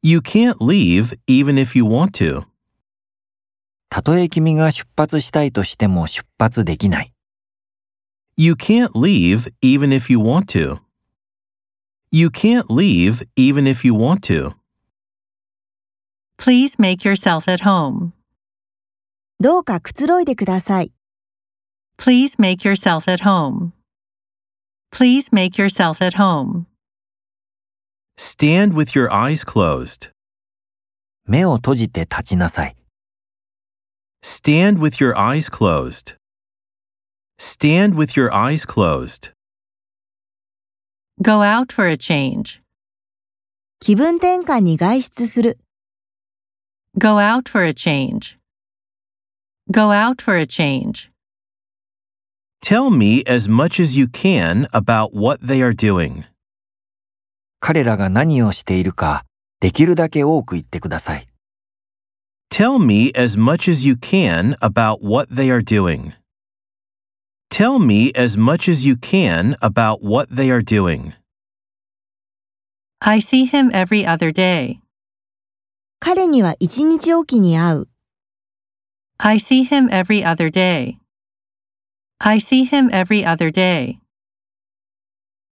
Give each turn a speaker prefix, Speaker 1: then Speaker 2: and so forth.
Speaker 1: You can't leave even if you want to.
Speaker 2: たとえ君が出発したいとしても出発できない。
Speaker 1: You can't leave even if you want to. You can't leave even if you want to.
Speaker 3: Please make yourself at home.
Speaker 4: どうかくつろいでください。
Speaker 3: Please make yourself at home. Please make yourself at home.
Speaker 1: Stand with your eyes closed.
Speaker 2: 目を閉じて立ちなさい。
Speaker 1: Stand with your eyes closed. Stand with your eyes closed.
Speaker 3: Go out for a change.
Speaker 4: 気分転換に外出する。
Speaker 3: Go out for a change. Go out for a change.
Speaker 1: Tell me as much as you can about what they are doing.
Speaker 2: 彼らが何をしているか、できるだけ多く言ってください。
Speaker 1: Tell me as much as you can about what they are doing. Tell me as much as you can about what they are doing.
Speaker 3: I see him every other day.
Speaker 4: 彼には一日おきに会う。
Speaker 3: I see him every other day. I see him every other day.